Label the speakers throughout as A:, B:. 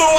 A: ao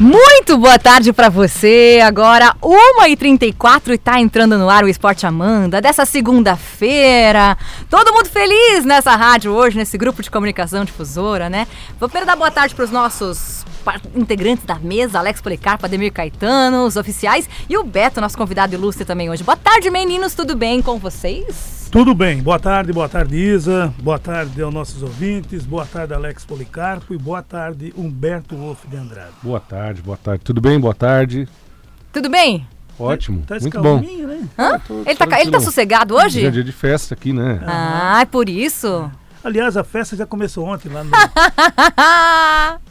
B: Muito boa tarde para você. Agora 1h34 e tá entrando no ar o Esporte Amanda dessa segunda-feira. Todo mundo feliz nessa rádio hoje, nesse grupo de comunicação difusora, né? Vou primeiro dar boa tarde para os nossos integrantes da mesa, Alex Policarpo, Ademir Caetano, os oficiais e o Beto, nosso convidado ilustre também hoje. Boa tarde, meninos, tudo bem com vocês?
C: Tudo bem, boa tarde, boa tarde Isa, boa tarde aos nossos ouvintes, boa tarde Alex Policarpo e boa tarde Humberto Wolff de Andrade.
D: Boa tarde, boa tarde, tudo bem, boa tarde.
B: Tudo bem?
D: Ótimo, tá muito bom.
B: Né? Tô, ele, tá, tranquilo. ele tá sossegado hoje?
D: Hoje é dia de festa aqui, né?
B: Ah, é por isso?
C: Aliás, a festa já começou ontem lá no...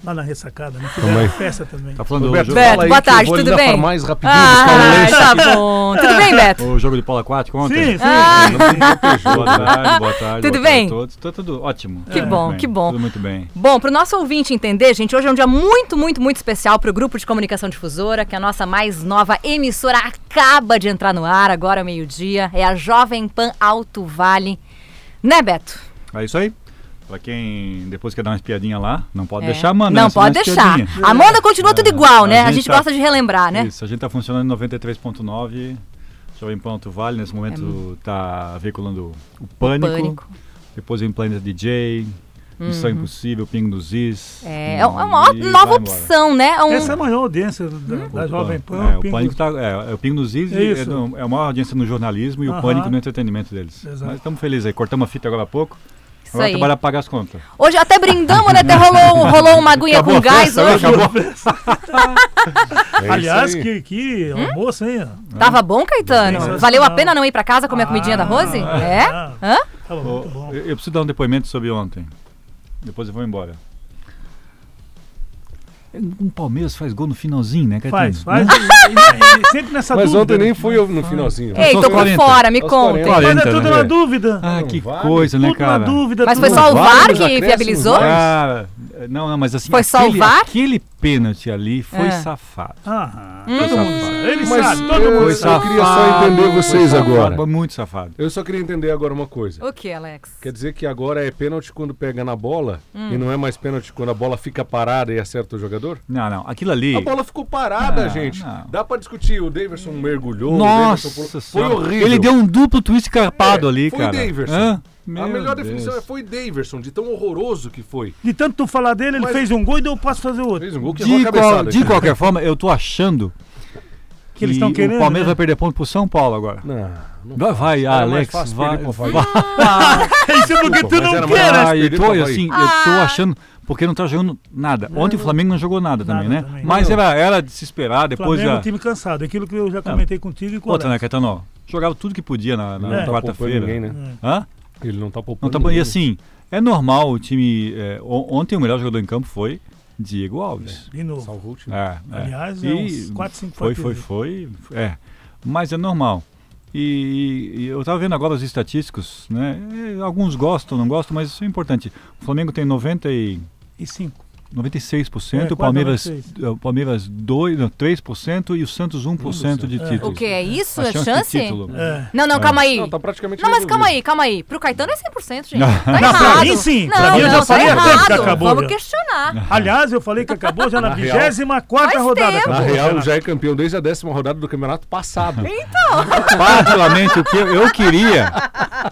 C: lá na ressacada, né?
D: Fizeram também.
C: festa também.
D: Tá falando
B: Beto, Beto boa tarde, tudo bem?
D: mais rapidinho ah,
B: tá bom. Tudo bem, Beto?
E: O jogo de polo aquático ontem?
C: Sim, sim. Ah.
E: boa
D: né?
E: tarde, boa tarde.
B: Tudo
E: boa
B: bem?
E: Tarde todos. Tá tudo ótimo.
B: Que é. bom,
E: bem.
B: que bom.
E: Tudo muito bem.
B: Bom, pro nosso ouvinte entender, gente, hoje é um dia muito, muito, muito especial pro Grupo de Comunicação Difusora, que é a nossa mais nova emissora acaba de entrar no ar, agora é meio-dia. É a Jovem Pan Alto Vale. Né, Beto?
E: É isso aí. Pra quem depois quer dar uma espiadinha lá, não pode é. deixar a Amanda.
B: Não, né? pode deixar. A Amanda continua é. tudo igual, né? A gente, a gente tá... gosta de relembrar, né?
E: Isso, a gente tá funcionando em 93.9, Jovem Pan Alto Vale, nesse momento é. tá veiculando o pânico, o pânico. depois o Planeta DJ, Missão uhum. Impossível, Pingo dos Is. Hum,
B: É, não, é uma nova opção, né? É
C: um... Essa é a maior audiência da, hum? da Jovem Pan.
E: É, o, Pingo... Pânico tá, é, o Pingo dos Is é, é, a maior audiência no jornalismo e uhum. o Pânico no entretenimento deles. Exato. Mas estamos felizes aí. Cortamos a fita agora há pouco. Isso Agora aí. trabalhar para pagar as contas.
B: Hoje até brindamos, né? Até rolou, rolou uma aguinha acabou com gás festa, hoje. Acabou.
C: é Aliás, que, que hum? almoço, hein?
B: Tava bom, Caetano? Valeu a pena não ir para casa comer ah, a comidinha da Rose? Ah, é? Ah, Hã?
E: Tava muito bom. Eu, eu preciso dar um depoimento sobre ontem. Depois eu vou embora. Um Palmeiras faz gol no finalzinho, né,
C: Caetano? Faz, faz. e, e, e, sempre nessa
D: Mas
C: dúvida. né?
D: ontem nem fui eu no finalzinho.
B: Ei, tô por fora, me conta.
C: Mas é tudo né? na dúvida.
E: então, Ah, que vai, coisa, né, cara?
C: Tudo na dúvida.
B: Mas
C: tudo.
B: foi só o VAR que viabilizou?
E: Ah, não, não, mas assim...
B: Foi só
E: aquele,
B: o VAR?
E: Aquele pênalti ali foi é. safado.
C: Ah,
E: foi hum. safado.
C: Ele mas sabe, todo mundo
D: Eu só queria só entender vocês
E: safado,
D: agora.
E: Muito safado.
D: Eu só queria entender agora uma coisa.
B: O que, Alex?
D: Quer dizer que agora é pênalti quando pega na bola
B: Hum.
D: e não é mais pênalti quando a bola fica parada e acerta o jogador?
E: Não, não. Aquilo ali.
D: A bola ficou parada, não, gente. Não. Dá pra discutir. O Davidson
B: Hum.
D: mergulhou.
E: Nossa,
D: Davidson... foi horrível.
E: Ele deu um duplo twist carpado
D: é,
E: ali,
D: foi
E: cara.
D: Foi Davidson. Hã? Meu a melhor Deus. definição é foi Daverson, de tão horroroso que foi.
C: De tanto tu falar dele, ele Mas... fez um gol e deu um passo fazer outro.
D: Fez um gol que
E: de,
D: qual, cabeçada,
E: de qualquer forma, eu tô achando que eles estão querendo. O Palmeiras né? vai perder ponto pro São Paulo agora.
D: Não. não tá
E: vai, vai Alex, fácil, vai. vai.
C: Ah, Isso é porque tu não quer,
E: ah, eu tô, assim, ah. eu tô achando. Porque não tá jogando nada. Não, Ontem não... o Flamengo não jogou nada, nada também, né? Também. é Mas era, era de se esperar. Depois
C: Flamengo,
E: já...
C: um time cansado. Aquilo que eu já comentei ah. contigo e com
E: Outra, né, Caetano? Jogava tudo que podia na, na é. quarta-feira.
D: Tá
C: Hum,
D: né?
E: É. Hã?
D: Ele não tá poupando
E: não tá, E assim, é normal o time... É, ontem o melhor jogador em campo foi Diego Alves.
C: É, de novo. Salvou
E: o time. É,
C: é. Aliás, é uns 4, 5
E: Foi, foi, foi. É. Mas é normal. E, e eu estava vendo agora os estatísticos, né? E alguns gostam, não gostam, mas isso é importante. O Flamengo tem 90 e...
C: E 5.
E: 96%, é, o Palmeiras, 96. o Palmeiras 2, não, 3% e o Santos 1%, 1% de
B: É.
E: título.
B: O que é isso? A é chance? É. Não, não, calma aí.
D: Não, tá praticamente
B: não mas calma aí, calma aí. Pro Caetano é 100%, gente. Tá não, errado. pra
C: mim sim.
B: Não,
C: pra mim eu
B: não,
C: já falei
B: tá
C: tempo que acabou.
B: Vamos
C: já.
B: questionar.
C: Aliás, eu falei que acabou já na, na 24 rodada. Tempo.
D: Na real, já é campeão desde a décima rodada do campeonato passado.
B: Então.
E: Particularmente, o que eu queria,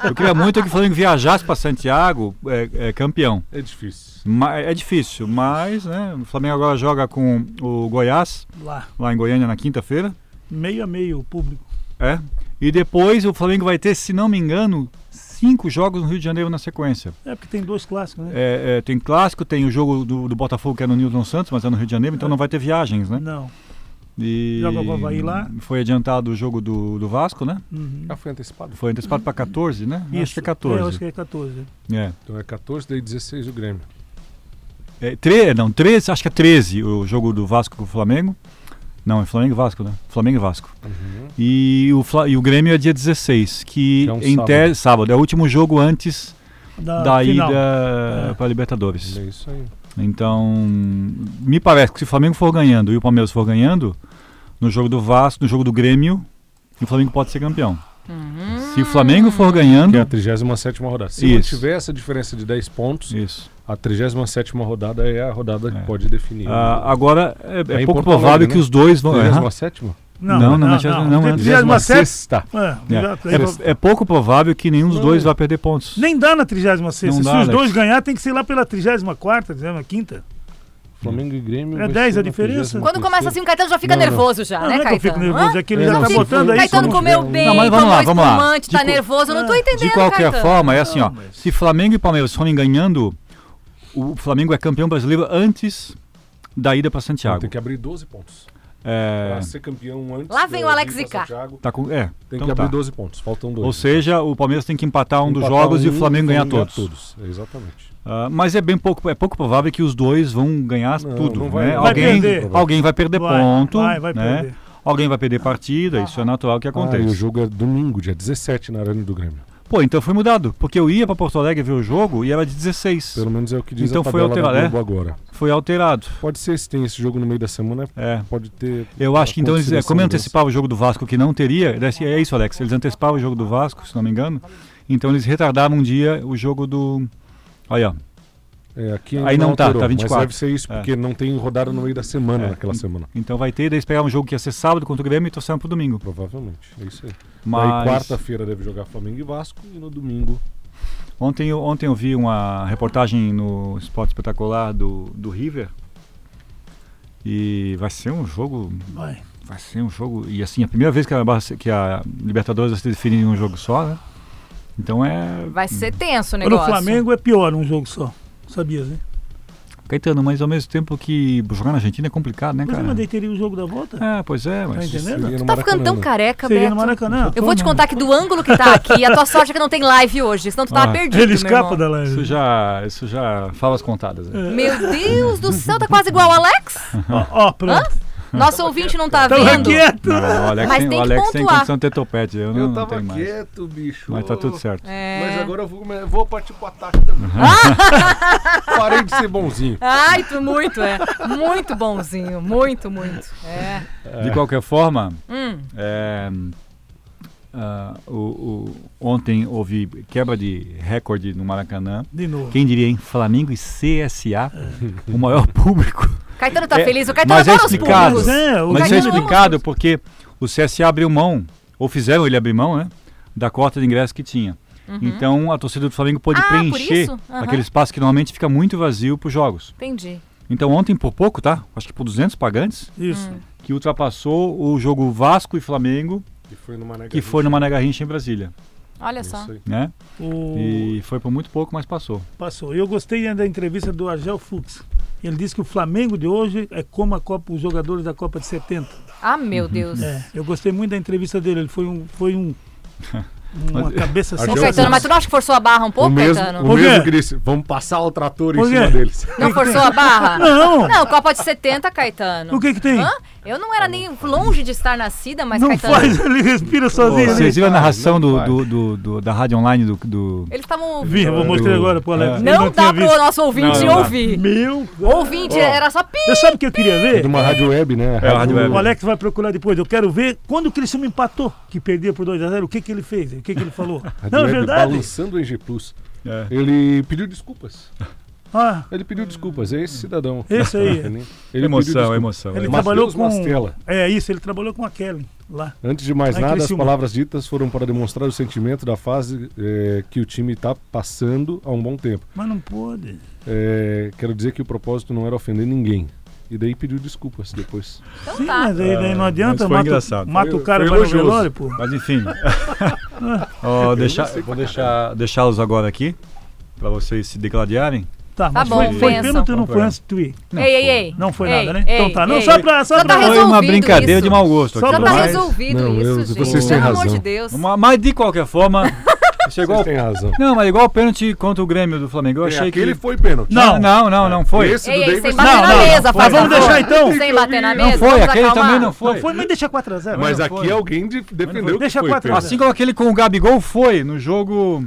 E: eu queria muito que o Flamengo viajasse pra Santiago é, campeão.
D: É difícil.
E: é difícil, mas mas né, o Flamengo agora joga com o Goiás,
C: lá,
E: lá em Goiânia, na quinta-feira.
C: Meio a meio o público.
E: É. E depois o Flamengo vai ter, se não me engano, cinco jogos no Rio de Janeiro na sequência.
C: É, porque tem dois clássicos, né?
E: É, é tem clássico, tem o jogo do, do, Botafogo que é no Newton Santos, mas é no Rio de Janeiro, então é. não vai ter viagens, né?
C: Não.
E: E
C: Joga o Havaí lá.
E: Foi adiantado o jogo do, do Vasco, né?
C: Uhum.
D: Ah, foi antecipado.
E: Foi antecipado uhum. para 14, né?
C: Isso.
E: Acho que é 14.
C: É, acho que é 14.
E: É.
D: Então é 14, daí 16 o Grêmio.
E: É, tre não, 13, acho que é 13 o jogo do Vasco com o Flamengo. Não, é Flamengo e Vasco, né? Flamengo e Vasco. Uhum. E, o, Fla e o Grêmio é dia 16, que, que é um em sábado. Te, sábado. É o último jogo antes
C: da,
E: da
C: Ah, final.
E: ida
C: É.
E: para Libertadores.
D: É isso aí.
E: Então, me parece que se o Flamengo for ganhando e o Palmeiras for ganhando, no jogo do Vasco, no jogo do Grêmio, o Flamengo pode ser campeão.
C: Hum.
E: Se o Flamengo for
D: Que é a
E: ganhando.
D: 37 rodada. Se
E: Isso.
D: não tiver essa diferença de 10 pontos,
E: Isso.
D: a 37 rodada é a rodada
E: É.
D: que pode definir.
E: Ah, agora, é, é
D: em
E: pouco
D: Porto Alegre,
E: provável que
D: né?
E: os dois vão. errar.
D: 37?
E: Não, não, não, não, não,
C: 37 é, exato. Aí é.
E: É, é pouco provável que nenhum dos dois vá perder pontos.
C: Nem dá na 36. Se
E: Não
C: os
E: dá, Alex.
C: dois ganhar, tem que ser lá pela 34, 35.
D: Flamengo e Grêmio.
C: É
D: vai
C: 10
D: ser
C: a
D: na
C: diferença?
D: 33ª.
B: Quando começa assim, o Caetano já fica
D: Não, não.
B: nervoso já,
C: Não,
B: né,
C: não é que eu fico
B: Caetano?
C: nervoso, é que ele
D: É,
C: já
D: não,
C: tá
D: se
C: botando
D: for-
C: aí.
B: Caetano
D: Isso
C: como-
B: comeu
D: não.
B: bem,
E: Não, mas vamos
B: tomou
E: lá, vamos lá.
B: espumante, tá
E: Tipo,
B: nervoso, eu não tô
C: de
B: entendendo,
E: De qualquer
B: Caetano.
E: forma, é assim, ó.
C: mas-
E: Se Flamengo e Palmeiras forem ganhando, o Flamengo é campeão brasileiro antes da ida para Santiago.
D: Tem que abrir 12 pontos.
E: É,
D: Pra ser campeão antes.
B: Lá vem
D: da-
B: o Alex
D: de ir pra
B: Zica.
D: Santiago,
E: tá com, é,
D: Tem
E: então
D: que
E: tá.
D: abrir 12 pontos. Faltam dois.
E: Ou seja, o Palmeiras tem que empatar um dos
D: Empatar
E: jogos e
D: um,
E: o Flamengo ganhar todos.
D: Exatamente.
E: Ah, mas é bem pouco, é pouco provável que os dois vão ganhar
D: Não,
E: tudo.
D: não
E: né?
D: vai- vai
E: alguém,
C: perder.
E: alguém vai perder
C: Vai,
E: ponto,
C: vai, vai
E: né?
C: perder.
E: Alguém vai perder partida, isso é natural que
D: Ah, e o
E: aconteça.
D: jogo é domingo, dia 17, na Arena do Grêmio.
E: Pô, então foi mudado, porque eu ia para Porto Alegre ver o jogo e era de 16.
D: Pelo menos é o que diz
E: Então
D: a
E: foi
D: tabela da
E: alterado, é?
D: Globo agora.
E: Foi alterado.
D: Pode ser se tem esse jogo no meio da semana,
E: É.
D: pode ter.
E: Eu acho que então, eles, é,
D: Aconteceu
E: como
D: essa
E: antecipava o jogo do Vasco que não teria, eles- é isso, Alex, eles antecipavam o jogo do Vasco, se não me engano, então eles retardaram um dia o jogo do. Olha, ó.
D: É, aqui
E: Aí não tá,
D: alterou,
E: tá
D: Mas
E: 24.
D: deve ser isso,
E: É.
D: porque não tem rodada no meio da semana
E: É.
D: naquela semana.
E: então vai ter, daí esperar um jogo que ia ser sábado contra o Grêmio e torceram pro domingo.
D: Provavelmente, é isso aí. Aí
E: Mas
D: quarta-feira deve jogar Flamengo e Vasco e no domingo.
E: ontem, eu- ontem eu vi uma reportagem no Esporte Espetacular do, do River. E vai ser um jogo.
C: Vai.
E: Vai ser um jogo. E assim, a primeira vez que a, Barce- que a Libertadores vai se definir em um jogo só, né? Então é.
B: Vai ser tenso o
C: Para
B: negócio.
C: o Flamengo é pior um jogo só. Sabias, né?
E: Caetano, mas ao mesmo tempo que jogar na Argentina é complicado, né,
C: Mas eu
E: cara?
C: mandei teria o jogo da volta.
E: É, pois é,
C: Tá
E: mas.
C: entendendo?
D: Seria no
B: Tá ficando tão
D: Maracanã.
B: careca,
C: Seria
B: Beto.
C: no Maracanã.
B: Eu vou te contar que do ângulo que tá aqui, a tua sorte é que não tem live hoje, senão tu tava
E: Ah,
B: perdido,
C: Ele
B: meu
C: escapa
B: irmão.
C: da live.
E: Isso já, isso já fala as contadas.
C: É.
E: né?
B: Meu Deus do céu, tá quase igual o Alex.
C: Ó, pronto.
B: Nosso ouvinte não tá
C: Tava
B: vendo.
C: quieto.
E: Não, o Alex,
B: Mas
E: tem,
B: tem
E: o
B: que
E: Alex tem
B: pontuar.
E: condição de ter topete, eu, não,
F: Eu
E: não
F: tava
E: tenho mais.
F: quieto, bicho.
E: Mas tá tudo certo.
B: É.
F: Mas agora eu vou, come- vou partir pro ataque também.
E: Ah!
D: Parei de ser bonzinho.
B: Ai, tu muito, é. Muito bonzinho, muito, muito. É.
E: De qualquer forma,
B: Hum.
E: é, ah, o- o- ontem houve quebra de recorde no Maracanã.
C: De novo.
E: Quem diria, hein? Flamengo e CSA,
C: É.
E: o maior público.
B: Caetano tá
E: É,
B: feliz, o Caetano
E: Mas é
B: adora os
E: explicado.
B: públicos.
C: É, o
E: mas isso é
C: Caetano ama
E: explicado porque o CSA abriu mão, ou fizeram ele abrir mão, né? Da cota de ingresso que tinha. Então a torcida do Flamengo pôde
B: Uhum. Ah, por
E: preencher
B: isso? Aham.
E: aquele espaço que normalmente fica muito vazio para os jogos.
B: Entendi.
E: Então ontem, por pouco, tá? Acho que por 200 pagantes,
C: Isso.
E: que ultrapassou o jogo Vasco e Flamengo,
D: Que foi no Maracanã.
E: que foi no Mané Garrincha em Brasília,
B: Olha
D: Isso
B: só.
D: aí.
E: né?
C: O...
E: E foi por muito pouco, mas passou.
C: Passou. Eu gostei da entrevista do Argel Fux. Ele disse que o Flamengo de hoje é como a Copa, os jogadores da Copa de 70.
B: Ah, meu Deus.
C: É, eu gostei muito da entrevista dele. Ele foi um. Foi um uma
E: Mas-
C: cabeça
D: Argel
B: Ô,
C: sem-
B: Caetano, mas tu não acha que forçou a barra um
D: O
B: pouco,
D: mesmo,
B: Caetano?
D: o
C: Por quê?
D: mesmo que disse, vamos passar o trator em
C: Por
D: cima
C: quê?
D: deles.
B: Não forçou a barra?
C: Não!
B: Não, Copa de 70, Caetano.
C: O que que tem?
B: Hã? Eu não era nem longe de estar nascida, mas
C: Não
B: Caetano.
C: faz, ele respira sozinho.
E: Vocês
C: Ele...
E: viram a
D: não
E: narração do,
D: vai.
E: do- do- do- da rádio online do. do-
B: Eles estavam.
C: Vi, eu vou mostrar agora pro Alex.
E: É.
C: Ele
B: Não,
C: tinha
B: dá pro
C: visto.
B: nosso ouvinte
E: Não, não dá.
B: ouvir.
C: Meu.
B: Ouvinte, era só pi.
C: Eu sabe o que eu queria ver?
D: De uma rádio web, né?
E: É, a rádio web.
C: O Alex vai procurar depois. Eu quero ver quando o Criciúma empatou, que perdia por 2x0, o que, que ele fez, o que, que ele falou.
D: rádio
C: Não, é
D: web
C: verdade.
D: Balançando o NG Plus.
E: É.
D: Ele um pediu desculpas.
C: Ah,
D: Ele pediu desculpas, é esse cidadão.
C: Esse aí.
D: Ele
E: Emoção,
D: pediu desculpas.
E: emoção.
C: ele
E: é.
D: Mateus
C: trabalhou com.
D: Mastella.
C: É isso, ele trabalhou com a Kelly lá.
D: Antes de mais
C: Lá em
D: nada, as
C: Criciúma.
D: palavras ditas foram para demonstrar o sentimento da fase eh, que o time está passando há um bom tempo.
C: Mas não pôde.
D: Eh, quero dizer que o propósito não era ofender ninguém. E daí pediu desculpas depois.
B: Então
C: Sim,
B: tá.
C: mas aí daí não adianta,
E: mas foi
C: mata,
E: engraçado.
C: o- mata
D: Foi-
C: o cara
D: foi
C: vai no
D: elogioso.
C: velório, pô.
E: Mas enfim. Ó, deixar- vou deixar- deixá-los agora aqui, para vocês se degladiarem.
C: Tá, mas
B: bom,
C: foi, foi
B: benção.
C: pênalti ou não foi
E: Foi.
C: antes de tu ir?
E: Não,
B: ei,
E: pô.
B: ei, ei.
C: Não foi
B: Ei,
C: nada, né?
B: ei,
C: então tá, não,
B: ei.
C: só pra... Só
B: Só
C: pra...
B: tá
E: Foi uma
B: resolvido
E: brincadeira
B: isso.
E: de mau gosto.
C: Só
E: aquilo,
B: Já
C: pra
B: tá
E: mas-
B: resolvido
D: Não, eu-
B: isso,
D: vocês
B: gente.
D: têm
B: Pelo amor de
D: razão.
B: Deus.
E: Mas- Mas de qualquer forma, chegou.
D: Vocês têm razão.
E: Não, mas igual o pênalti contra o Grêmio do Flamengo. Eu
D: É,
E: achei que
D: aquele foi pênalti.
E: Não, não, não, não foi.
D: Esse
B: Ei,
D: do
B: ei,
D: Davis
B: sem bater
C: Não,
B: na
C: não,
B: mesa,
C: foi.
B: faz
C: Mas vamos
B: favor.
C: deixar, então.
B: Sem bater na mesa.
E: Não foi,
B: É vamos
E: aquele
B: acalmar.
E: também não foi.
C: Não foi, mas deixa 4x0.
D: Mas
E: não
D: aqui
E: foi.
D: alguém de- defendeu que
C: Deixa
D: foi
C: quatro.
D: pênalti.
E: Assim como aquele com o Gabigol foi no jogo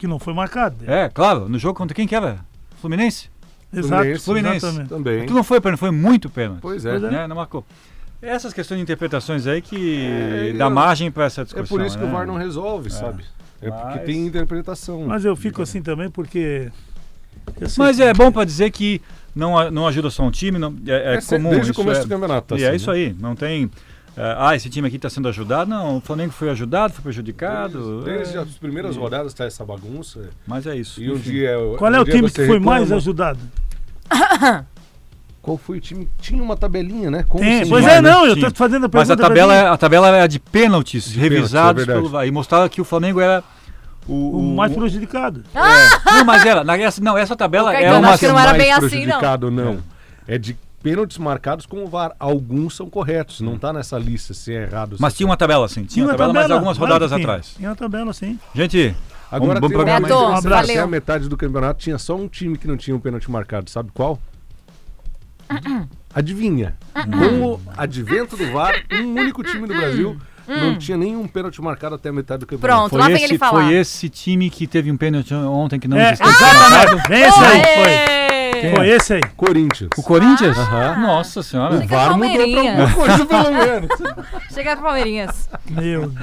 C: que não foi marcado.
E: É, claro, no jogo contra quem que era? Fluminense?
C: Exato,
D: Fluminense,
E: Fluminense.
C: exatamente.
D: Também.
E: Tu não foi pênalti, foi muito pênalti.
D: Pois é.
C: Pois
E: Né? Não marcou. Essas questões de interpretações aí que
D: É,
E: dá
D: eu-
E: margem para essa
D: É
E: discussão.
D: por isso que
E: né?
D: o VAR não resolve, sabe? É porque
E: Mas-
D: tem interpretação.
C: Mas eu fico assim também porque. assim,
E: Mas é bom para dizer que não, a- não ajuda só um time, não- é, é
D: se-
E: comum.
D: Desde o
E: isso
D: começo
E: é-
D: do campeonato. tá
E: E é
D: assim,
E: isso
D: né?
E: aí, não tem. é, ah, esse time aqui está sendo ajudado. Não, o Flamengo foi ajudado, foi prejudicado.
D: Desde
E: é,
D: as primeiras
E: e-
D: rodadas tá essa bagunça.
E: Mas é isso.
D: E um
E: enfim.
D: dia.
C: Qual
D: um
C: é o
D: dia
C: time
D: você
C: que foi
D: reclama.
C: mais ajudado?
D: Qual foi o time que tinha uma tabelinha, né? Como
C: Tem,
D: se
C: pois
D: vai,
C: é,
D: né?
C: não, eu
E: Sim.
C: tô fazendo a pergunta.
E: Mas a
C: da
E: tabela,
C: minha-
E: é- a tabela era de pênaltis
D: pênaltis,
E: revisados
D: é verdade.
E: pelo VAR. E mostrava que o Flamengo era o,
C: O mais prejudicado.
B: Tá
E: é. Não, mas era. na- essa, não, essa tabela
B: Ô,
E: era
B: Caetano,
E: uma.
B: acho que não era bem assim, não.
D: é prejudicado, não. É de pênaltis marcados com o VAR. Alguns são corretos, não tá nessa lista se é errado. se
E: Mas
D: é
E: tinha uma tabela, sim. Tinha, uma tabela, mas algumas
C: claro
E: rodadas
C: que tinha.
E: atrás.
C: Tinha uma tabela, sim.
E: Gente,
D: Agora
E: um bom
D: tem
E: programa.
B: Beto,
E: hein?
B: um
D: um abraço.
B: valeu.
D: Até a metade do campeonato tinha só um time que não tinha um pênalti marcado, sabe qual? Adivinha. Com o advento do VAR, um único time do Brasil não tinha nenhum pênalti marcado até a metade do campeonato.
B: Pronto, lá vem ele falar.
E: foi esse time que teve um pênalti ontem que não
C: é,
E: existiu.
B: Ah!
C: exatamente. Vem esse aí,
B: Aê!
C: foi. Foi esse aí.
D: Corinthians.
E: O Corinthians?
D: Aham.
E: Nossa senhora.
B: Chega Palmeirinhas.
D: Coisa pelo menos.
B: Chega pro Palmeirinhas.
C: Meu Deus.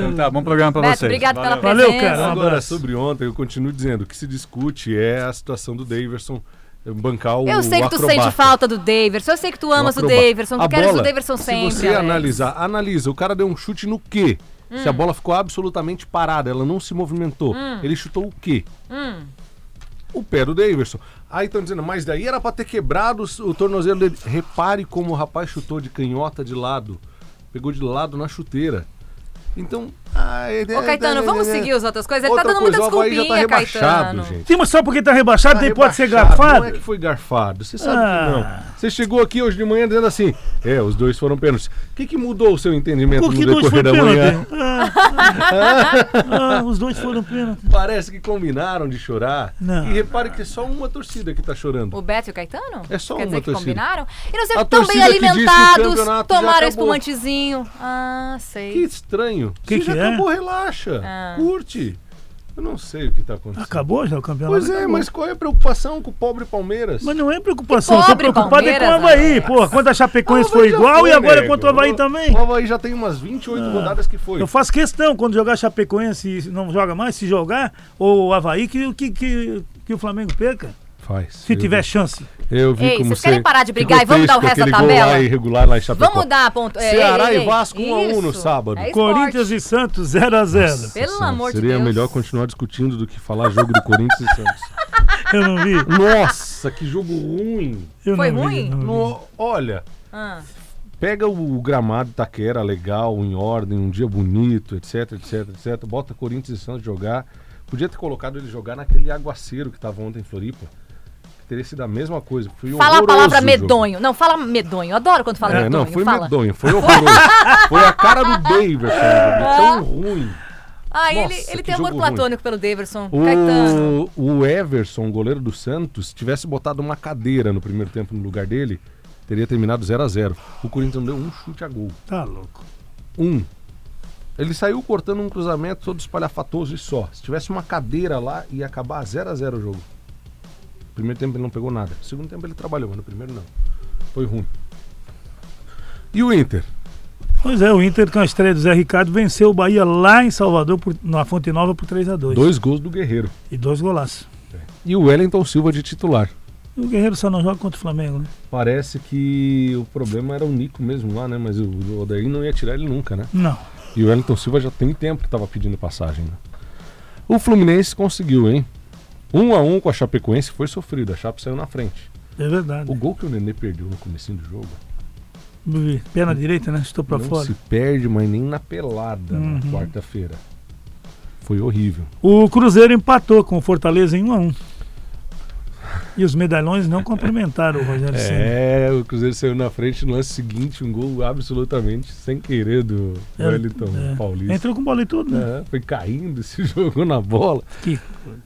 E: Então tá, bom programa pra
B: Beto,
E: vocês.
B: obrigado
E: Valeu.
B: pela presença.
C: Valeu, cara. Um
D: Agora,
C: abraço.
D: sobre ontem, eu continuo dizendo, o que se discute é a situação do Daverson bancar o
B: Eu sei que tu
D: acrobata.
B: sente falta do Daverson, eu sei que tu amas o,
D: acroba-
B: Daverson, tu
D: A
B: queres
D: bola,
B: o Daverson sempre. Hum.
D: Se você
B: Alex.
D: analisar, analisa, o cara deu um chute no quê? Se a bola ficou absolutamente parada, ela não se movimentou,
B: Hum.
D: ele chutou o quê? O pé do Davidson. Aí estão dizendo, mas daí era pra ter quebrado o- o tornozelo dele. Repare como o rapaz chutou de canhota de lado. Pegou de lado na chuteira. Então. ah, é-
B: Ô, Caetano,
D: é-
B: vamos
D: é-
B: seguir as outras coisas? Ele
D: Outra
B: tá dando muita
D: coisa, o Havaí já
B: desculpinha,
D: tá rebaixado,
B: Caetano.
D: gente.
C: Sim, mas só porque tá rebaixado,
D: Tá
C: ele pode ser
D: rebaixado,
C: garfado?
D: Não é que foi garfado. Você sabe
C: Ah.
D: que não. Você chegou aqui hoje de manhã dizendo assim: é, os dois foram pênaltis. O que, que mudou o seu entendimento
C: Por que
D: no
C: dois
D: decorrer da
C: foram
D: manhã?
C: pênalti? Ah, ah, ah, os dois foram pênalti.
D: Parece que combinaram de chorar.
C: Não.
D: E repare que é só uma torcida que tá chorando.
B: O Beto e o Caetano?
D: É só
B: Quer
D: uma
B: dizer que
D: torcida.
B: combinaram? E não sei
D: A
B: que tão bem
D: torcida que diz que o
B: alimentados,
D: campeonato já
B: tomaram
D: acabou.
B: espumantezinho. Ah, sei.
D: Que estranho.
C: Que
D: Você já
C: que é?
D: acabou, relaxa.
B: Ah.
D: Curte. Eu não sei o que tá acontecendo.
C: Acabou já o campeonato?
D: Pois é,
C: né? Acabou.
D: mas qual é a preocupação com o pobre Palmeiras?
C: Mas não é preocupação,
B: Que
C: estou
B: pobre
C: preocupado é com
B: Palmeiras,
C: o
B: né?
C: Havaí,
B: Alex.
C: porra. Quando a Chapecoense
D: O
C: foi
D: Havaí né, já
C: igual
D: foi,
C: e agora
D: nego.
C: contra o Havaí também. Ah.
D: O Havaí já tem umas 28 rodadas que foi.
C: Eu faço questão, quando jogar Chapecoense e não joga mais, se jogar, ou o Havaí, que, que, que, que o Flamengo perca,
D: Faz.
C: se
D: Eu-
C: tiver chance.
D: Eu vi
B: Ei,
D: como
B: vocês querem parar de brigar e
D: ficou
B: vamos dar o
D: triste com
B: resto da
D: aquele gol
B: tabela?
D: Lá irregular lá em Chapecó.
B: Vamos dar ponto. Ei,
D: Ceará
B: ei, ei,
D: e Vasco, um a um no
B: Isso.
D: sábado.
B: É esporte.
C: Corinthians e Santos, 0x0.
B: Pelo amor de
D: Seria
B: Deus.
D: melhor continuar discutindo do que falar jogo do Corinthians e Santos.
C: Eu não vi.
D: Nossa, que jogo ruim.
C: Eu
B: Foi
C: não
B: ruim?
C: Vi, não vi.
D: No- olha,
B: Ah,
D: pega o gramado Taquera legal, em ordem, um dia bonito, etc, etc, etc. Bota Corinthians e Santos jogar. Podia ter colocado ele jogar naquele aguaceiro que tava ontem em Floripa. Que teria sido a mesma coisa. Foi
B: Fala a palavra
D: horroroso o jogo.
B: medonho. Não, fala medonho. Eu adoro quando fala
D: É,
B: medonho.
D: não, foi
B: fala.
D: medonho, foi horroroso. foi a cara do Davidson, tão ruim.
B: Ah, ele,
D: Nossa,
B: ele
D: que
B: tem amor
D: jogo
B: platônico pelo Daverson. Caetano.
D: O, o Everson, goleiro do Santos, tivesse botado uma cadeira no primeiro tempo no lugar dele, teria terminado 0 a 0 O Corinthians deu um chute a gol.
C: Tá louco.
D: Um. Ele saiu cortando um cruzamento todo espalhafatoso e só. Se tivesse uma cadeira lá, ia acabar 0 a 0 o jogo. Primeiro tempo ele não pegou nada. Segundo tempo ele trabalhou, mas no primeiro não. Foi ruim. E o Inter?
C: Pois é, o Inter com a estreia do Zé Ricardo venceu o Bahia lá em Salvador, por- na Fonte Nova, por 3x2.
D: Dois gols do Guerreiro.
C: E dois golaços.
D: E o Wellington Silva de titular.
C: E o Guerreiro só não joga contra o Flamengo, né?
D: Parece que o problema era o Nico mesmo lá, né? Mas o- o Odair não ia tirar ele nunca, né?
C: Não.
D: E o Wellington Silva já tem tempo que tava pedindo passagem, né? O Fluminense conseguiu, hein? Um a um com a Chapecoense foi sofrido, a Chape saiu na frente.
C: É verdade.
D: O gol que o Nenê perdeu no comecinho do jogo
C: Não vi. Perna direita, né? Estou pra
D: não
C: fora.
D: se perde, mas nem na pelada na
C: Uhum.
D: quarta-feira. Foi horrível.
C: O Cruzeiro empatou com o Fortaleza em 1 a 1 E os medalhões não cumprimentaram o Rogério Senna.
D: É, o Cruzeiro saiu na frente no lance seguinte, um gol absolutamente sem querer do
C: Era-
D: Wellington
C: é.
D: Paulista.
C: Entrou com bola e tudo, né?
D: É, foi caindo, se jogou na bola.
C: Que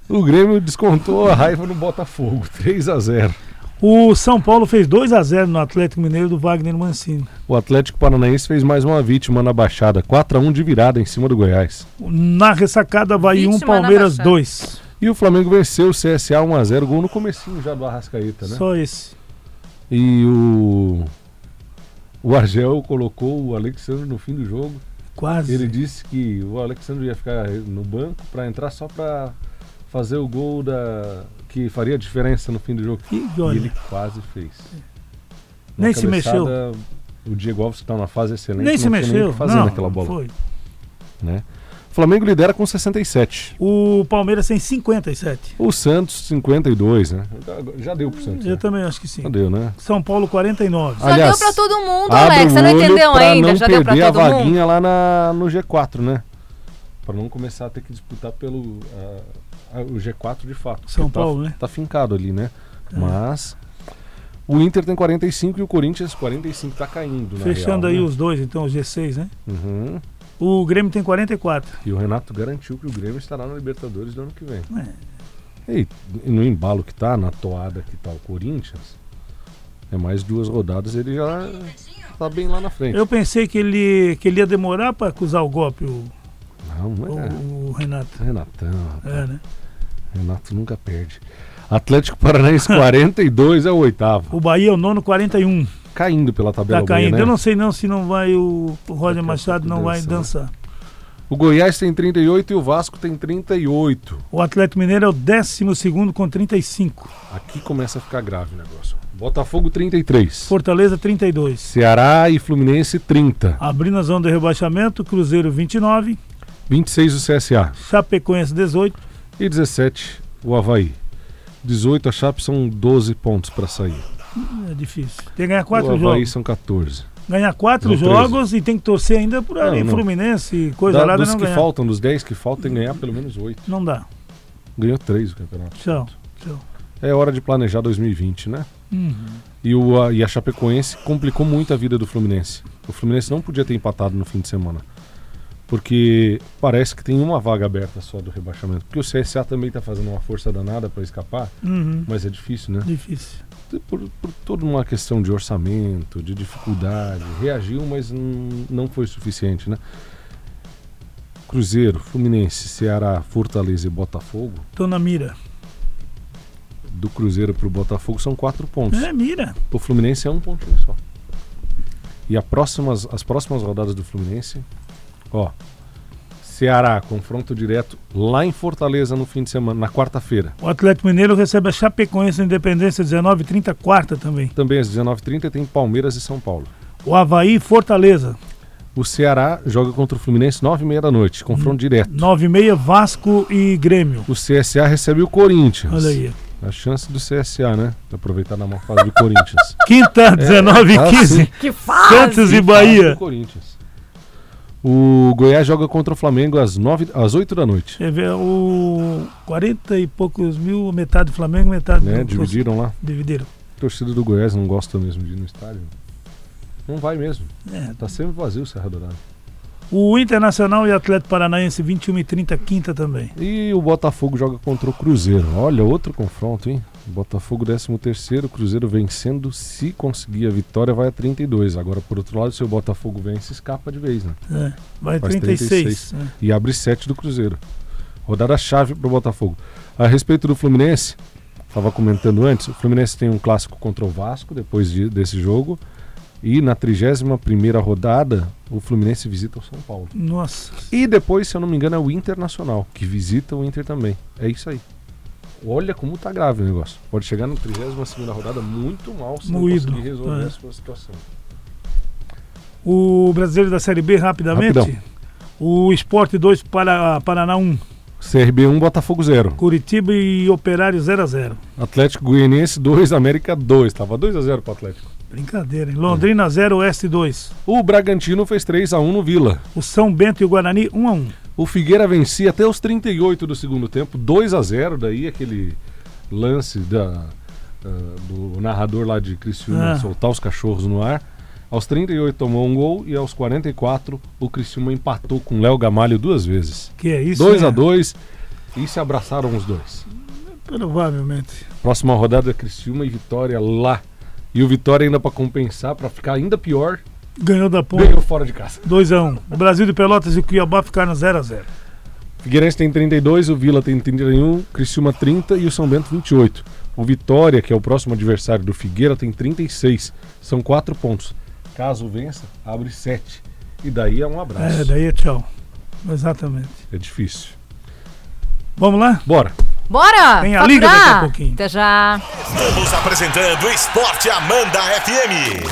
D: O Grêmio descontou a raiva no Botafogo, 3 a 0
C: O São Paulo fez 2 a 0 no Atlético Mineiro do Wagner Mancini.
D: O Atlético Paranaense fez mais uma vítima na Baixada, 4 a 1 de um virada em cima do Goiás.
C: Na ressacada, Bahia 1,
B: Vítima na
C: Palmeiras
B: baixada.
C: 2.
D: E o Flamengo venceu o CSA 1x0, gol no comecinho já do Arrascaeta, né?
C: Só esse.
D: E o. O Argel colocou o Alexandre no fim do jogo.
C: Quase.
D: Ele disse que o Alexandre ia ficar no banco pra entrar só pra fazer o gol da que faria a diferença no fim do jogo.
C: E,
D: E
C: olha,
D: ele quase fez. Uma
C: Nem se mexeu.
D: cabeçada, O Diego Alves que tá na fase excelente.
C: nem se
D: não tinha nem o
C: mexeu.
D: que fazer
C: não,
D: naquela bola.
C: Foi.
D: O Flamengo lidera com 67.
C: O Palmeiras tem 57.
D: O Santos 52, né? Já- Já deu pro Santos. né?
C: Eu também acho que sim.
D: Já deu, né?
C: São Paulo 49.
B: Já
D: Aliás,
B: deu pra todo mundo,
D: Abre
B: Alex.
D: o
B: Você não
D: olho
B: entendeu
D: pra
B: ainda?
D: Não
B: Já deu
D: perder
B: pra todo
D: a
B: mundo?
D: vaguinha lá na, no G4, né? Pra não começar a ter que disputar pelo ah, ah, o G4 de fato.
C: São
D: porque tá-
C: Paulo, né? É.
D: Tá fincado ali, né? Mas o Inter tem 45 e o Corinthians 45 tá caindo, na
C: Fechando aí
D: real, né?
C: os dois, então, os G6, né?
D: Uhum.
C: O Grêmio tem 44.
D: E o Renato garantiu que o Grêmio estará na Libertadores no ano que vem.
C: É.
D: E no embalo que tá, na toada que tá o Corinthians, é mais duas rodadas ele já tá bem lá na frente.
C: Eu pensei que ele, que ele ia demorar pra acusar o golpe, o,
D: Não, não é.
C: o- o Renato.
D: Renatão,
C: É, né?
D: Renato nunca perde. Atlético Paranaense 42 é o oitavo.
C: O Bahia é o nono 41.
D: Caindo pela tabela
C: Tá caindo.
D: Bahia,
C: Eu
D: né?
C: não sei não se não vai o, o Roger
D: pouco
C: Machado não vai
D: dança, né?
C: dançar.
D: O Goiás tem 38 e o Vasco tem 38.
C: O Atlético Mineiro é o décimo segundo com 35.
D: Aqui começa a ficar grave o negócio. Botafogo 33.
C: Fortaleza 32.
D: Ceará e Fluminense 30.
C: Abrindo a zona do rebaixamento, Cruzeiro 29,
D: 26 o CSA.
C: Chapecoense 18,
D: E 17 o Havaí. 18 a Chape são 12 pontos para sair.
C: é difícil. Tem que ganhar
D: o
C: quatro
D: Havaí
C: jogos.
D: são 14.
C: Ganhar quatro
D: Não,
C: jogos e tem que torcer ainda por
D: Não,
C: ali,
D: não.
C: Fluminense e coisa
D: Da-
C: lá
D: dos
C: não
D: que
C: ganhar.
D: faltam, dos 10 que faltam, tem que ganhar pelo menos 8.
C: Não dá.
D: Ganhou 3 o campeonato.
C: Tchau. Tchau.
D: É hora de planejar 2020, né?
C: Uhum.
D: E, o, a, e a Chapecoense complicou muito a vida do Fluminense. O Fluminense não podia ter empatado no fim de semana. Porque parece que tem uma vaga aberta só do rebaixamento. Porque o CSA também está fazendo uma força danada para escapar,
C: Uhum.
D: mas é difícil, né?
C: Difícil.
D: Por, por toda uma questão de orçamento, de dificuldade. Reagiu, mas não, não foi suficiente, né? Cruzeiro, Fluminense, Ceará, Fortaleza e Botafogo.
C: Tô na mira.
D: Do Cruzeiro para o Botafogo são quatro pontos.
C: É, mira.
D: O Fluminense é um pontinho só. E a próximas, as próximas rodadas do Fluminense, ó. Ceará, confronto direto lá em Fortaleza no fim de semana, na quarta-feira.
C: O Atlético Mineiro recebe a Chapecoense na Independência 19 30 quarta também.
D: Também às 19h30 tem Palmeiras e São Paulo.
C: O Havaí e Fortaleza.
D: O Ceará joga contra o Fluminense 9h30 da noite, confronto direto.
C: 9 e meia, Vasco e Grêmio.
D: O CSA recebe o Corinthians.
C: Olha aí.
D: A chance do CSA, né? De aproveitar na má fase do Corinthians.
C: Quinta, 19
D: tá
C: e 15.
D: sim.
B: Que fase!
C: Santos e
D: Do
C: Bahia.
D: Corinthians. O Goiás joga contra o Flamengo às, 9, às 8 da noite.
C: Você vê o 40 e poucos mil, metade do Flamengo, metade
D: Né?
C: do
D: Dividiram lá.
C: Dividiram.
D: torcida do Goiás não gosta mesmo de ir no estádio. Não vai mesmo.
C: É.
D: Tá sempre vazio o Serra Dourada.
C: O Internacional e Atlético Paranaense, 21 e 30, quinta também.
D: E o Botafogo joga contra o Cruzeiro. Olha, outro confronto, hein? Botafogo 13o, Cruzeiro vencendo. Se conseguir a vitória, vai a 32. Agora, por outro lado, se o Botafogo vence, escapa de vez, né?
C: É. Vai
D: Faz
C: 36.
D: 36. E abre 7 do Cruzeiro. Rodada chave pro Botafogo. A respeito do Fluminense, tava comentando antes, o Fluminense tem um clássico contra o Vasco depois de- desse jogo. E na 31ª rodada, o Fluminense visita o São Paulo.
C: É. Nossa.
D: E depois, se eu não me engano, é o Internacional, que visita o Inter também. É isso aí. Olha como tá grave o negócio. Pode chegar na 32ª rodada muito mal se
C: Moído,
D: não conseguir resolver
C: é.
D: a sua situação.
C: O brasileiro da Série B, rapidamente.
D: Rapidão.
C: O Esporte 2, para, Paraná 1.
D: CRB 1, Botafogo 0.
C: Curitiba e Operário 0 a 0
D: Atlético Goianiense 2, América 2. Tava 2 a 0 pro Atlético.
C: Brincadeira,
D: É.
C: hein? Londrina 0, Oeste 2.
D: O Bragantino fez 3 a 1 no Vila.
C: O São Bento e o Guarani 1 a 1.
D: O Figueira vencia até os 38 do segundo tempo, 2 a 0 daí aquele lance da, ah, do narrador lá de Criciúma
C: Ah.
D: soltar os cachorros no ar. Aos 38 tomou um gol e aos 44 o Criciúma empatou com o Léo Gamalho duas vezes.
C: Que é isso?
D: 2
C: né?
D: a 2 e se abraçaram os dois.
C: Provavelmente.
D: Próxima rodada Criciúma e Vitória lá. E o Vitória ainda pra compensar, pra ficar ainda pior,
C: Ganhou da ponta. um.
D: ganhou fora de casa.
C: 2 a 1. O Brasil de Pelotas e o Cuiabá ficaram 0 a 0.
D: Figueirense tem 32, o Vila tem 31, Criciúma 30 e o São Bento 28. O Vitória, que é o próximo adversário do Figueira, tem 36. São 4 pontos. Caso vença, abre 7. E daí é um abraço.
C: É, daí é tchau. Exatamente.
D: É difícil.
C: Vamos lá?
D: Bora.
B: Bora!
C: Tem a
B: faturar.
C: liga daqui a pouquinho.
B: Até já.
A: Estamos apresentando Esporte Amanda FM.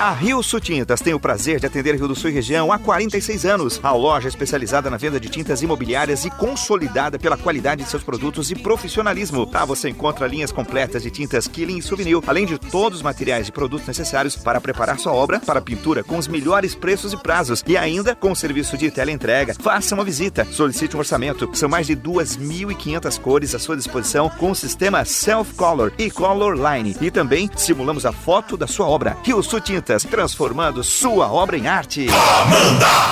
G: A Rio Tintas tem o prazer de atender Rio do Sul e região há 46 anos. A loja especializada na venda de tintas imobiliárias e consolidada pela qualidade de seus produtos e profissionalismo. Lá você encontra linhas completas de tintas Killing e Souvenir, além de todos os materiais e produtos necessários para preparar sua obra para pintura com os melhores preços e prazos e ainda com o serviço de teleentrega. Faça uma visita, solicite um orçamento. São mais de 2.500 cores à sua disposição com o sistema Self Color e Color Line. E também simulamos a foto da sua obra. Rio Sul Tintas, transformando sua obra em arte.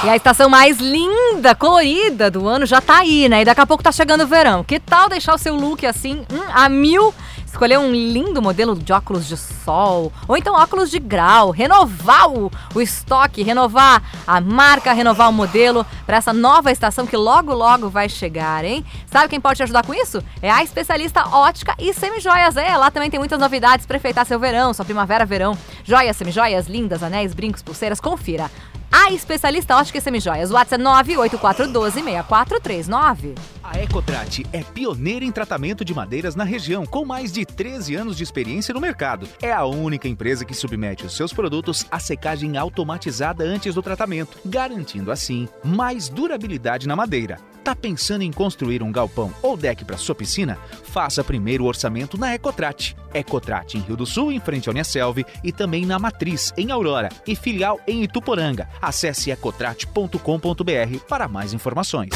B: E a estação mais linda, colorida do ano já tá aí, né? E daqui a pouco tá chegando o verão. Que tal deixar o seu look assim, hum, a mil? Escolher um lindo modelo de óculos de sol, ou então óculos de grau, renovar o, o estoque, renovar a marca, renovar o modelo para essa nova estação que logo logo vai chegar, hein? Sabe quem pode te ajudar com isso? É a especialista ótica e semijoias, é. Lá também tem muitas novidades para enfeitar seu verão, sua primavera, verão. Joias, semijoias, lindas, anéis, brincos, pulseiras, confira. A especialista ótica e semijoias. WhatsApp 984126439.
H: A Ecotrat é pioneira em tratamento de madeiras na região, com mais de 13 anos de experiência no mercado. É a única empresa que submete os seus produtos à secagem automatizada antes do tratamento, garantindo assim mais durabilidade na madeira. Tá pensando em construir um galpão ou deck para sua piscina? Faça primeiro o orçamento na Ecotrat. Ecotrat em Rio do Sul, em frente à Uniaselv, e também na Matriz, em Aurora, e filial em Ituporanga. Acesse ecotrat.com.br para mais informações.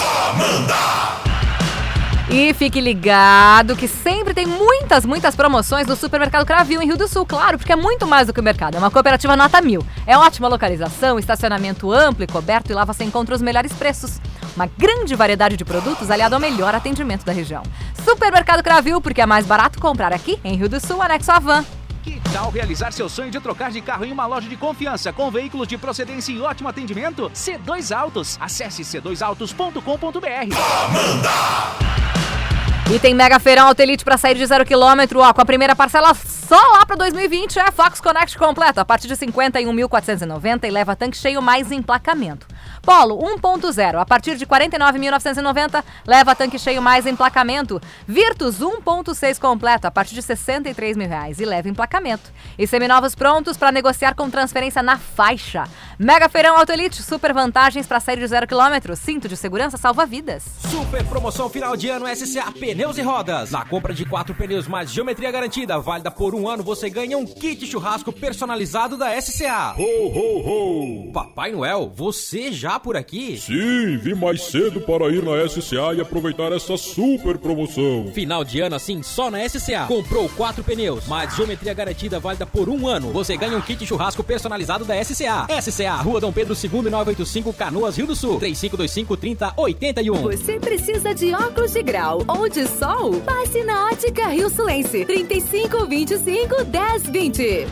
B: E fique ligado que sempre tem muitas, muitas promoções do Supermercado Cravil em Rio do Sul, claro, porque é muito mais do que o mercado. É uma cooperativa nota mil. É ótima localização, estacionamento amplo e coberto e lá você encontra os melhores preços. Uma grande variedade de produtos aliado ao melhor atendimento da região. Supermercado Cravil, porque é mais barato comprar aqui em Rio do Sul, anexo à van.
H: Que tal realizar seu sonho de trocar de carro em uma loja de confiança com veículos de procedência e ótimo atendimento? C2 Autos. Acesse c2autos.com.br.
B: E tem Mega Feirão Auto Elite para sair de zero quilômetro, ó, com a primeira parcela só lá para 2020, é Fox Connect completo, a partir de 51.490 e leva tanque cheio mais emplacamento. Polo 1.0, a partir de 49.990, leva tanque cheio mais emplacamento. Virtus 1.6 completo, a partir de 63 mil reais e leva emplacamento. E seminovos prontos para negociar com transferência na faixa. Mega Feirão Auto Elite, super vantagens para sair de zero quilômetro, cinto de segurança salva vidas.
I: Super promoção final de ano SCA Pneus e Rodas. Na compra de quatro pneus mais geometria garantida, válida por um ano, você ganha um kit churrasco personalizado da SCA.
J: Ho, ho, ho!
I: Papai Noel, você já por aqui?
J: Sim, vim mais cedo para ir na SCA e aproveitar essa super promoção.
I: Final de ano assim, só na SCA. Comprou quatro pneus, mais geometria garantida válida por um ano. Você ganha um kit churrasco personalizado da SCA. SCA, Rua Dom Pedro II, 985, Canoas, Rio do Sul. 3525 3081.
K: Você precisa de óculos de grau ou de sol? Passe na Ótica Rio Sulense. 35 25 10 20.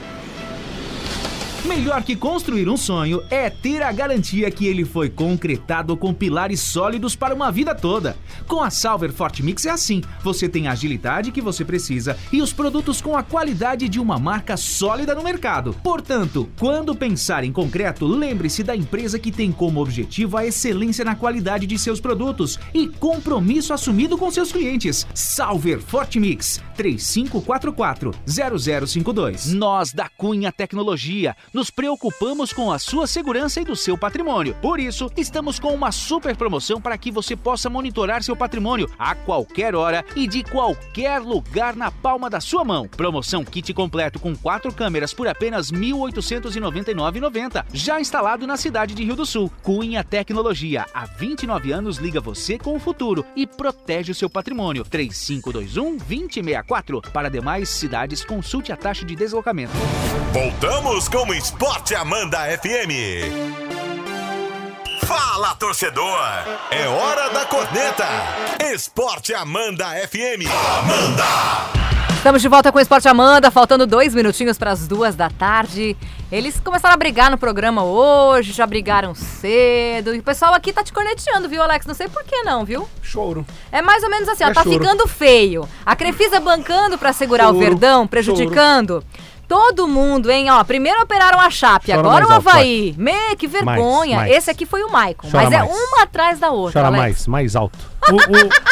H: Melhor que construir um sonho é ter a garantia que ele foi concretado com pilares sólidos para uma vida toda. Com a Salver Forte Mix é assim: você tem a agilidade que você precisa e os produtos com a qualidade de uma marca sólida no mercado. Portanto, quando pensar em concreto, lembre-se da empresa que tem como objetivo a excelência na qualidade de seus produtos e compromisso assumido com seus clientes. Salver Forte Mix 3544 0052. Nós da Cunha Tecnologia nos preocupamos com a sua segurança e do seu patrimônio. Por isso, estamos com uma super promoção para que você possa monitorar seu patrimônio a qualquer hora e de qualquer lugar na palma da sua mão. Promoção kit completo com quatro câmeras por apenas R$ 1.899,90. Já instalado na cidade de Rio do Sul. Cunha Tecnologia. Há 29 anos liga você com o futuro e protege o seu patrimônio. 3521-2064. Para demais cidades, consulte a taxa de deslocamento.
A: Voltamos com o Esporte Amanda FM. Fala, torcedor! É hora da corneta! Esporte Amanda FM. Amanda!
B: Estamos de volta com o Esporte Amanda, faltando dois minutinhos para as duas da tarde. Eles começaram a brigar no programa hoje, já brigaram cedo. E o pessoal aqui tá te corneteando, viu, Alex? Não sei por que não, viu?
D: Choro.
B: É mais ou menos assim, ó,
D: É
B: tá
D: choro.
B: ficando feio. A Crefisa bancando para segurar o
D: Choro,
B: Verdão, prejudicando. Todo mundo, hein? Ó, primeiro operaram a Chape,
L: Chora
B: agora
L: mais
B: o
L: alto,
B: Havaí. Me, que vergonha.
L: mais.
B: Esse aqui foi o Maicon.
D: Chora
B: Mas é
D: mais.
B: uma atrás da outra,
D: Chora
B: Alex.
D: mais, mais alto.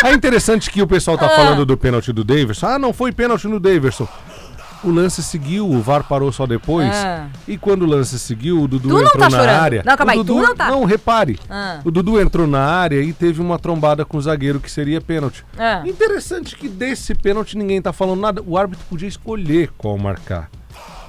D: É interessante que o pessoal tá
B: Ah.
D: falando do pênalti do Davidson. Ah, não foi pênalti no Davidson. O lance seguiu, o VAR parou só depois.
B: Ah.
D: E quando o lance seguiu, o
B: Tu
D: Dudu
B: não
D: entrou
B: tá
D: na
B: chorando.
D: área.
B: Não, calma
D: o
B: aí,
D: Dudu,
B: tu não tá.
D: Não, repare.
B: Ah.
D: O Dudu entrou na área e teve uma trombada com o zagueiro que seria pênalti.
B: Ah.
D: Interessante que desse pênalti ninguém tá falando nada. O árbitro podia escolher qual marcar.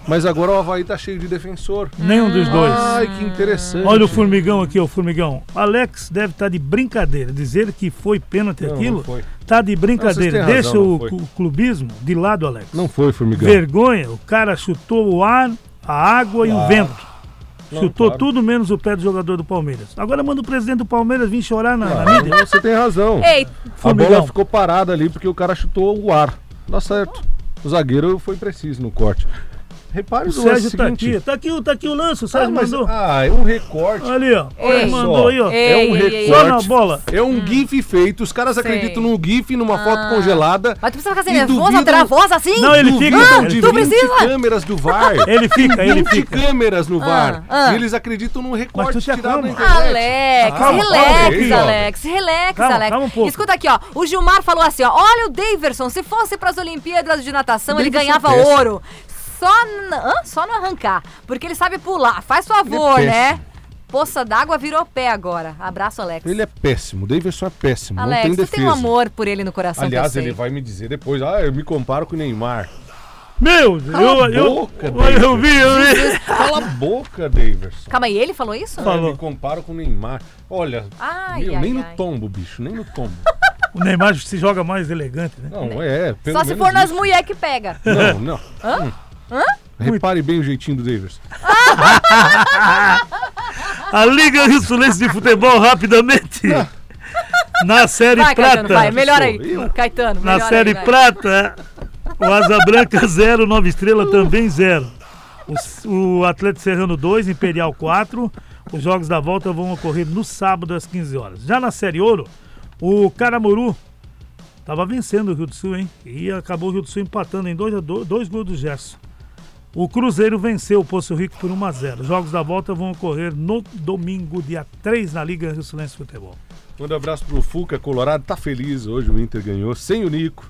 D: Mas agora o Havaí tá cheio de defensor.
C: Nenhum dos dois.
D: Ai, que interessante.
C: Olha o formigão aqui, ó, o formigão. Alex deve estar de brincadeira. Dizer que foi pênalti
D: Não,
C: aquilo,
D: não foi.
C: tá de
D: Não,
C: brincadeira.
D: vocês têm
C: Deixa
D: razão, não
C: o
D: foi.
C: cu- clubismo de lado, Alex.
D: Não foi, formigão.
C: Vergonha, o cara chutou o ar, a água e o
D: Claro.
C: vento.
D: Ah. Não,
C: chutou
D: claro.
C: tudo menos o pé do jogador do Palmeiras. Agora manda o presidente do Palmeiras vir chorar na, na mídia.
D: Você tem razão.
B: Ei,
D: A bola
C: Formigão.
D: ficou parada ali porque o cara chutou o ar. Dá certo. O zagueiro foi preciso no corte. Repare
C: O
D: no lance
C: Sérgio tá
D: é seguinte.
C: aqui. Tá aqui, o- tá aqui o lance, o
D: Ah,
C: Sérgio
D: mas,
C: mandou.
D: ah, é um recorte.
C: Ali, ó.
D: Olha
C: Ele
D: só,
C: mandou aí, ó.
D: É um
B: Ei, ei, Ah. ei,
D: recorte.
B: ei.
C: Só na bola.
D: É um GIF feito. Os caras acreditam num GIF, numa foto congelada.
B: Ah. Mas tu precisa ficar assim,
D: E
B: nervosa,
D: duvidam-
B: travosa assim?
C: Não, ele fica.
D: Duvidam
C: ele
D: de
C: fica.
B: tu
D: 20
B: precisa?
D: câmeras do VAR.
C: Ele fica, ele
D: 20
C: fica.
D: câmeras no VAR.
B: ah.
D: E eles acreditam num recorte
C: tu te
D: tirado na
C: acalma.
D: internet.
B: Alex,
D: Ah, calma,
B: relax,
D: calma,
B: Alex, relax,
C: Calma,
B: Alex.
C: calma um pouco.
B: Escuta aqui, ó. O Gilmar falou assim, ó. Olha o Daverson, se fosse para as Olimpíadas de natação, ele
D: Daverson
B: ganhava
D: é péssimo.
B: ouro. Só, n- hã? só não arrancar, porque ele sabe pular. Faz favor,
D: Ele é
B: né? Poça d'água virou pé agora. Abraço, Alex.
D: Ele é péssimo. O Davidson é péssimo.
B: Alex,
D: não tem
B: tu
D: defesa.
B: tem um amor por ele no coração,
D: Aliás,
B: que eu sei.
D: ele vai me dizer depois, ah, eu me comparo com o Neymar.
C: Meu, Deus, eu,
D: a
C: eu,
D: boca,
C: eu, eu vi, eu vi.
D: Cala a boca, Daverson.
B: Calma aí, ele falou isso?
D: Ah, eu
C: Falou.
D: me comparo com o Neymar. Olha,
B: Ai,
D: meu,
B: ai, ai.
D: nem no tombo, bicho, nem no tombo.
C: O Neymar se joga mais elegante, né?
D: Não, é, pelo
B: Só se
D: menos
B: for nas
D: isso.
B: mulheres que pega.
D: Não, não. Hum. Repare bem o jeitinho do Daverson.
C: A Liga Rio Sulense de Futebol, rapidamente. Na Série
B: Vai,
C: Prata.
B: Caetano, vai. Melhor aí.
D: Eu?
B: Caetano,
C: Na
B: melhor
C: Série
B: aí, vai.
C: Prata, o Asa Branca 0, Nova Estrela também 0. O, S- o Atlético Serrano 2, Imperial 4. Os jogos da volta vão ocorrer no sábado às 15 horas. Já na Série Ouro, o Caramuru tava vencendo o Rio do Sul, hein? E acabou o Rio do Sul empatando em 2 a 2, dois gols do Gerson. O Cruzeiro venceu o Poço Rico por 1 a 0. Os jogos da volta vão ocorrer no domingo, dia 3, na Liga Rio Sulense Futebol.
D: Manda um abraço pro Fuca, Colorado. Tá feliz hoje, o Inter ganhou, sem o Nico.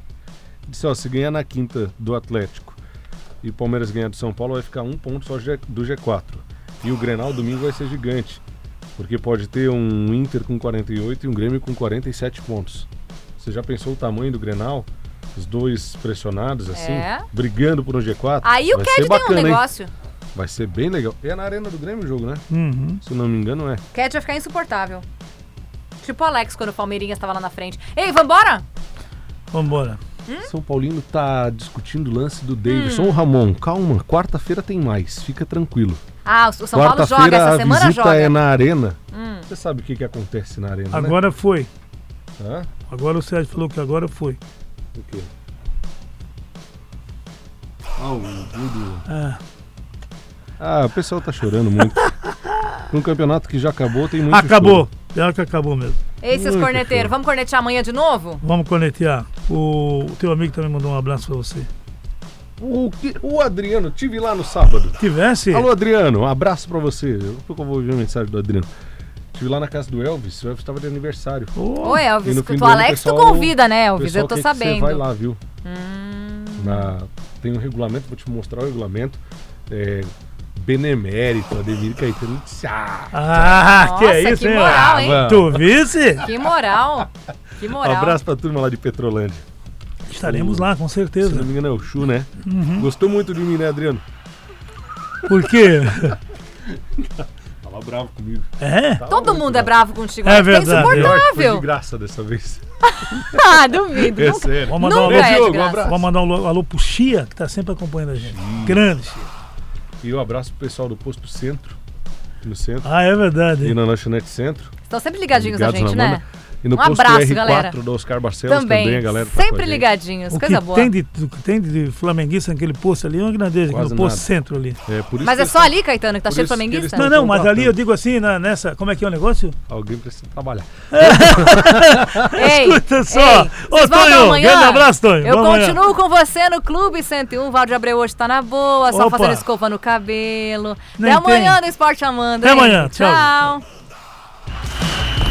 D: Disse, ó, se ganhar na quinta do Atlético e o Palmeiras ganhar do São Paulo, vai ficar um ponto só G- do G4. E o Grenal domingo vai ser gigante. Porque pode ter um Inter com 48 e um Grêmio com 47 pontos. Você já pensou o tamanho do Grenal? Os dois pressionados assim,
B: É.
D: brigando por um G4.
B: Aí o
D: Vai
B: Ked
D: ser
B: tem um
D: hein?
B: negócio.
D: Vai ser bem legal. É na Arena do Grêmio o jogo, né?
C: Uhum.
D: Se eu não me engano, é.
B: Cat vai ficar insuportável. Tipo o Alex quando o Palmeirinhas tava lá na frente. Ei, vambora?
C: Vambora.
D: São Paulino tá discutindo o lance do Davidson. Ô, Ramon, calma, quarta-feira tem mais, fica tranquilo.
B: Ah, o São Paulo joga,
D: Quarta-feira
B: essa
D: a
B: semana
D: visita
B: joga. Hum.
D: é na arena. Você sabe o que, que acontece na arena, né?
C: Agora foi.
D: Hã?
C: Agora o Sérgio falou que agora foi.
D: O quê? Ah, o Dudu.
C: Ah.
D: Ah, o pessoal tá chorando muito. Num campeonato que já acabou, tem muito
C: acabou.
D: choro.
C: Pior que acabou mesmo.
B: Ei, seus
D: Muito
B: corneteiros,
D: show.
B: vamos cornetear amanhã de novo?
C: Vamos conectar. O, o teu amigo também mandou um abraço pra você.
D: O, que- o Adriano, tive lá no sábado.
C: Tivesse?
D: Alô, Adriano, um abraço pra você. Daqui a pouco eu vou ouvir a mensagem do Adriano. Estive lá na casa do Elvis, o Elvis tava de aniversário.
B: Ô,
D: E
B: Elvis,
D: no fim
B: tu
D: do ano,
B: Alex, tu
D: pessoal-
B: convida, né, Elvis?
D: pessoal
B: Eu tô
D: quer que você
B: sabendo. Hum.
D: vai lá, viu? Na- tem um regulamento, vou te mostrar o regulamento. É, benemérito, Ademir Caetano. Disse, ah,
C: Ah,
B: Nossa,
C: que é isso,
B: que
C: hein?
B: moral, hein?
D: mano.
C: Tu visse?
B: Que moral. Que
D: Um
B: moral.
D: abraço pra turma lá de Petrolândia.
C: Estaremos lá, com
D: Se não
C: certeza.
D: me engano é o Chu, né?
B: Uhum.
D: Gostou muito de mim, né, Adriano?
C: Por quê?
D: Tava bravo comigo.
C: É?
B: Todo mundo é bravo contigo.
C: É
B: Alex,
C: verdade.
B: Tá
D: Foi de
B: insuportável.
D: graça dessa vez.
B: Ah, duvido.
D: É
B: Nunca,
D: sério.
C: Vamos mandar, um
B: nunca
C: alô,
B: é
D: Diogo,
B: de
D: um
B: graça.
D: abraço.
C: vamos mandar um alô- alô pro Chia, que tá sempre acompanhando a gente. Grande Chia.
D: E um abraço pro pessoal do posto centro. No centro.
C: Ah, é verdade.
D: E
C: hein?
D: na lanchonete centro.
B: Estão sempre ligadinhos
D: Ligados
B: a gente,
D: na
B: né?
D: banda. E no
B: Um
D: posto
B: abraço,
D: R4
B: galera.
D: do Oscar Barcelos é também,
B: Também,
D: a galera tá com a
B: sempre
D: gente.
B: ligadinhos,
C: O
B: coisa
C: que
B: boa.
C: Tem de, o que tem de flamenguista naquele posto ali é uma grandeza, aqui
D: Quase
C: no posto
D: nada.
C: centro ali.
D: É, por isso
B: Mas
D: que
B: é
D: eles
B: só
D: tão-
B: ali, Caetano, que tá
D: por
B: cheio de
D: isso que eles
B: flamenguista?
D: tão-
C: Não, não, mas
D: Então tá,
C: ali eu digo assim, na- nessa. Como é que é o negócio?
D: Alguém precisa trabalhar.
B: Ei,
C: Escuta só.
B: ei,
C: Ô,
B: vocês voltam
C: Tonho,
B: amanhã?
C: grande abraço, Tonho.
B: Eu
C: Vamos amanhã.
B: continuo com você no Clube 101. Valde Abreu hoje tá na boa, só
C: Opa.
B: fazendo escova no cabelo.
C: Nem
B: Até amanhã
C: tem.
B: no Esporte Amanda.
C: Até
B: hein?
C: amanhã, tchau.
B: tchau.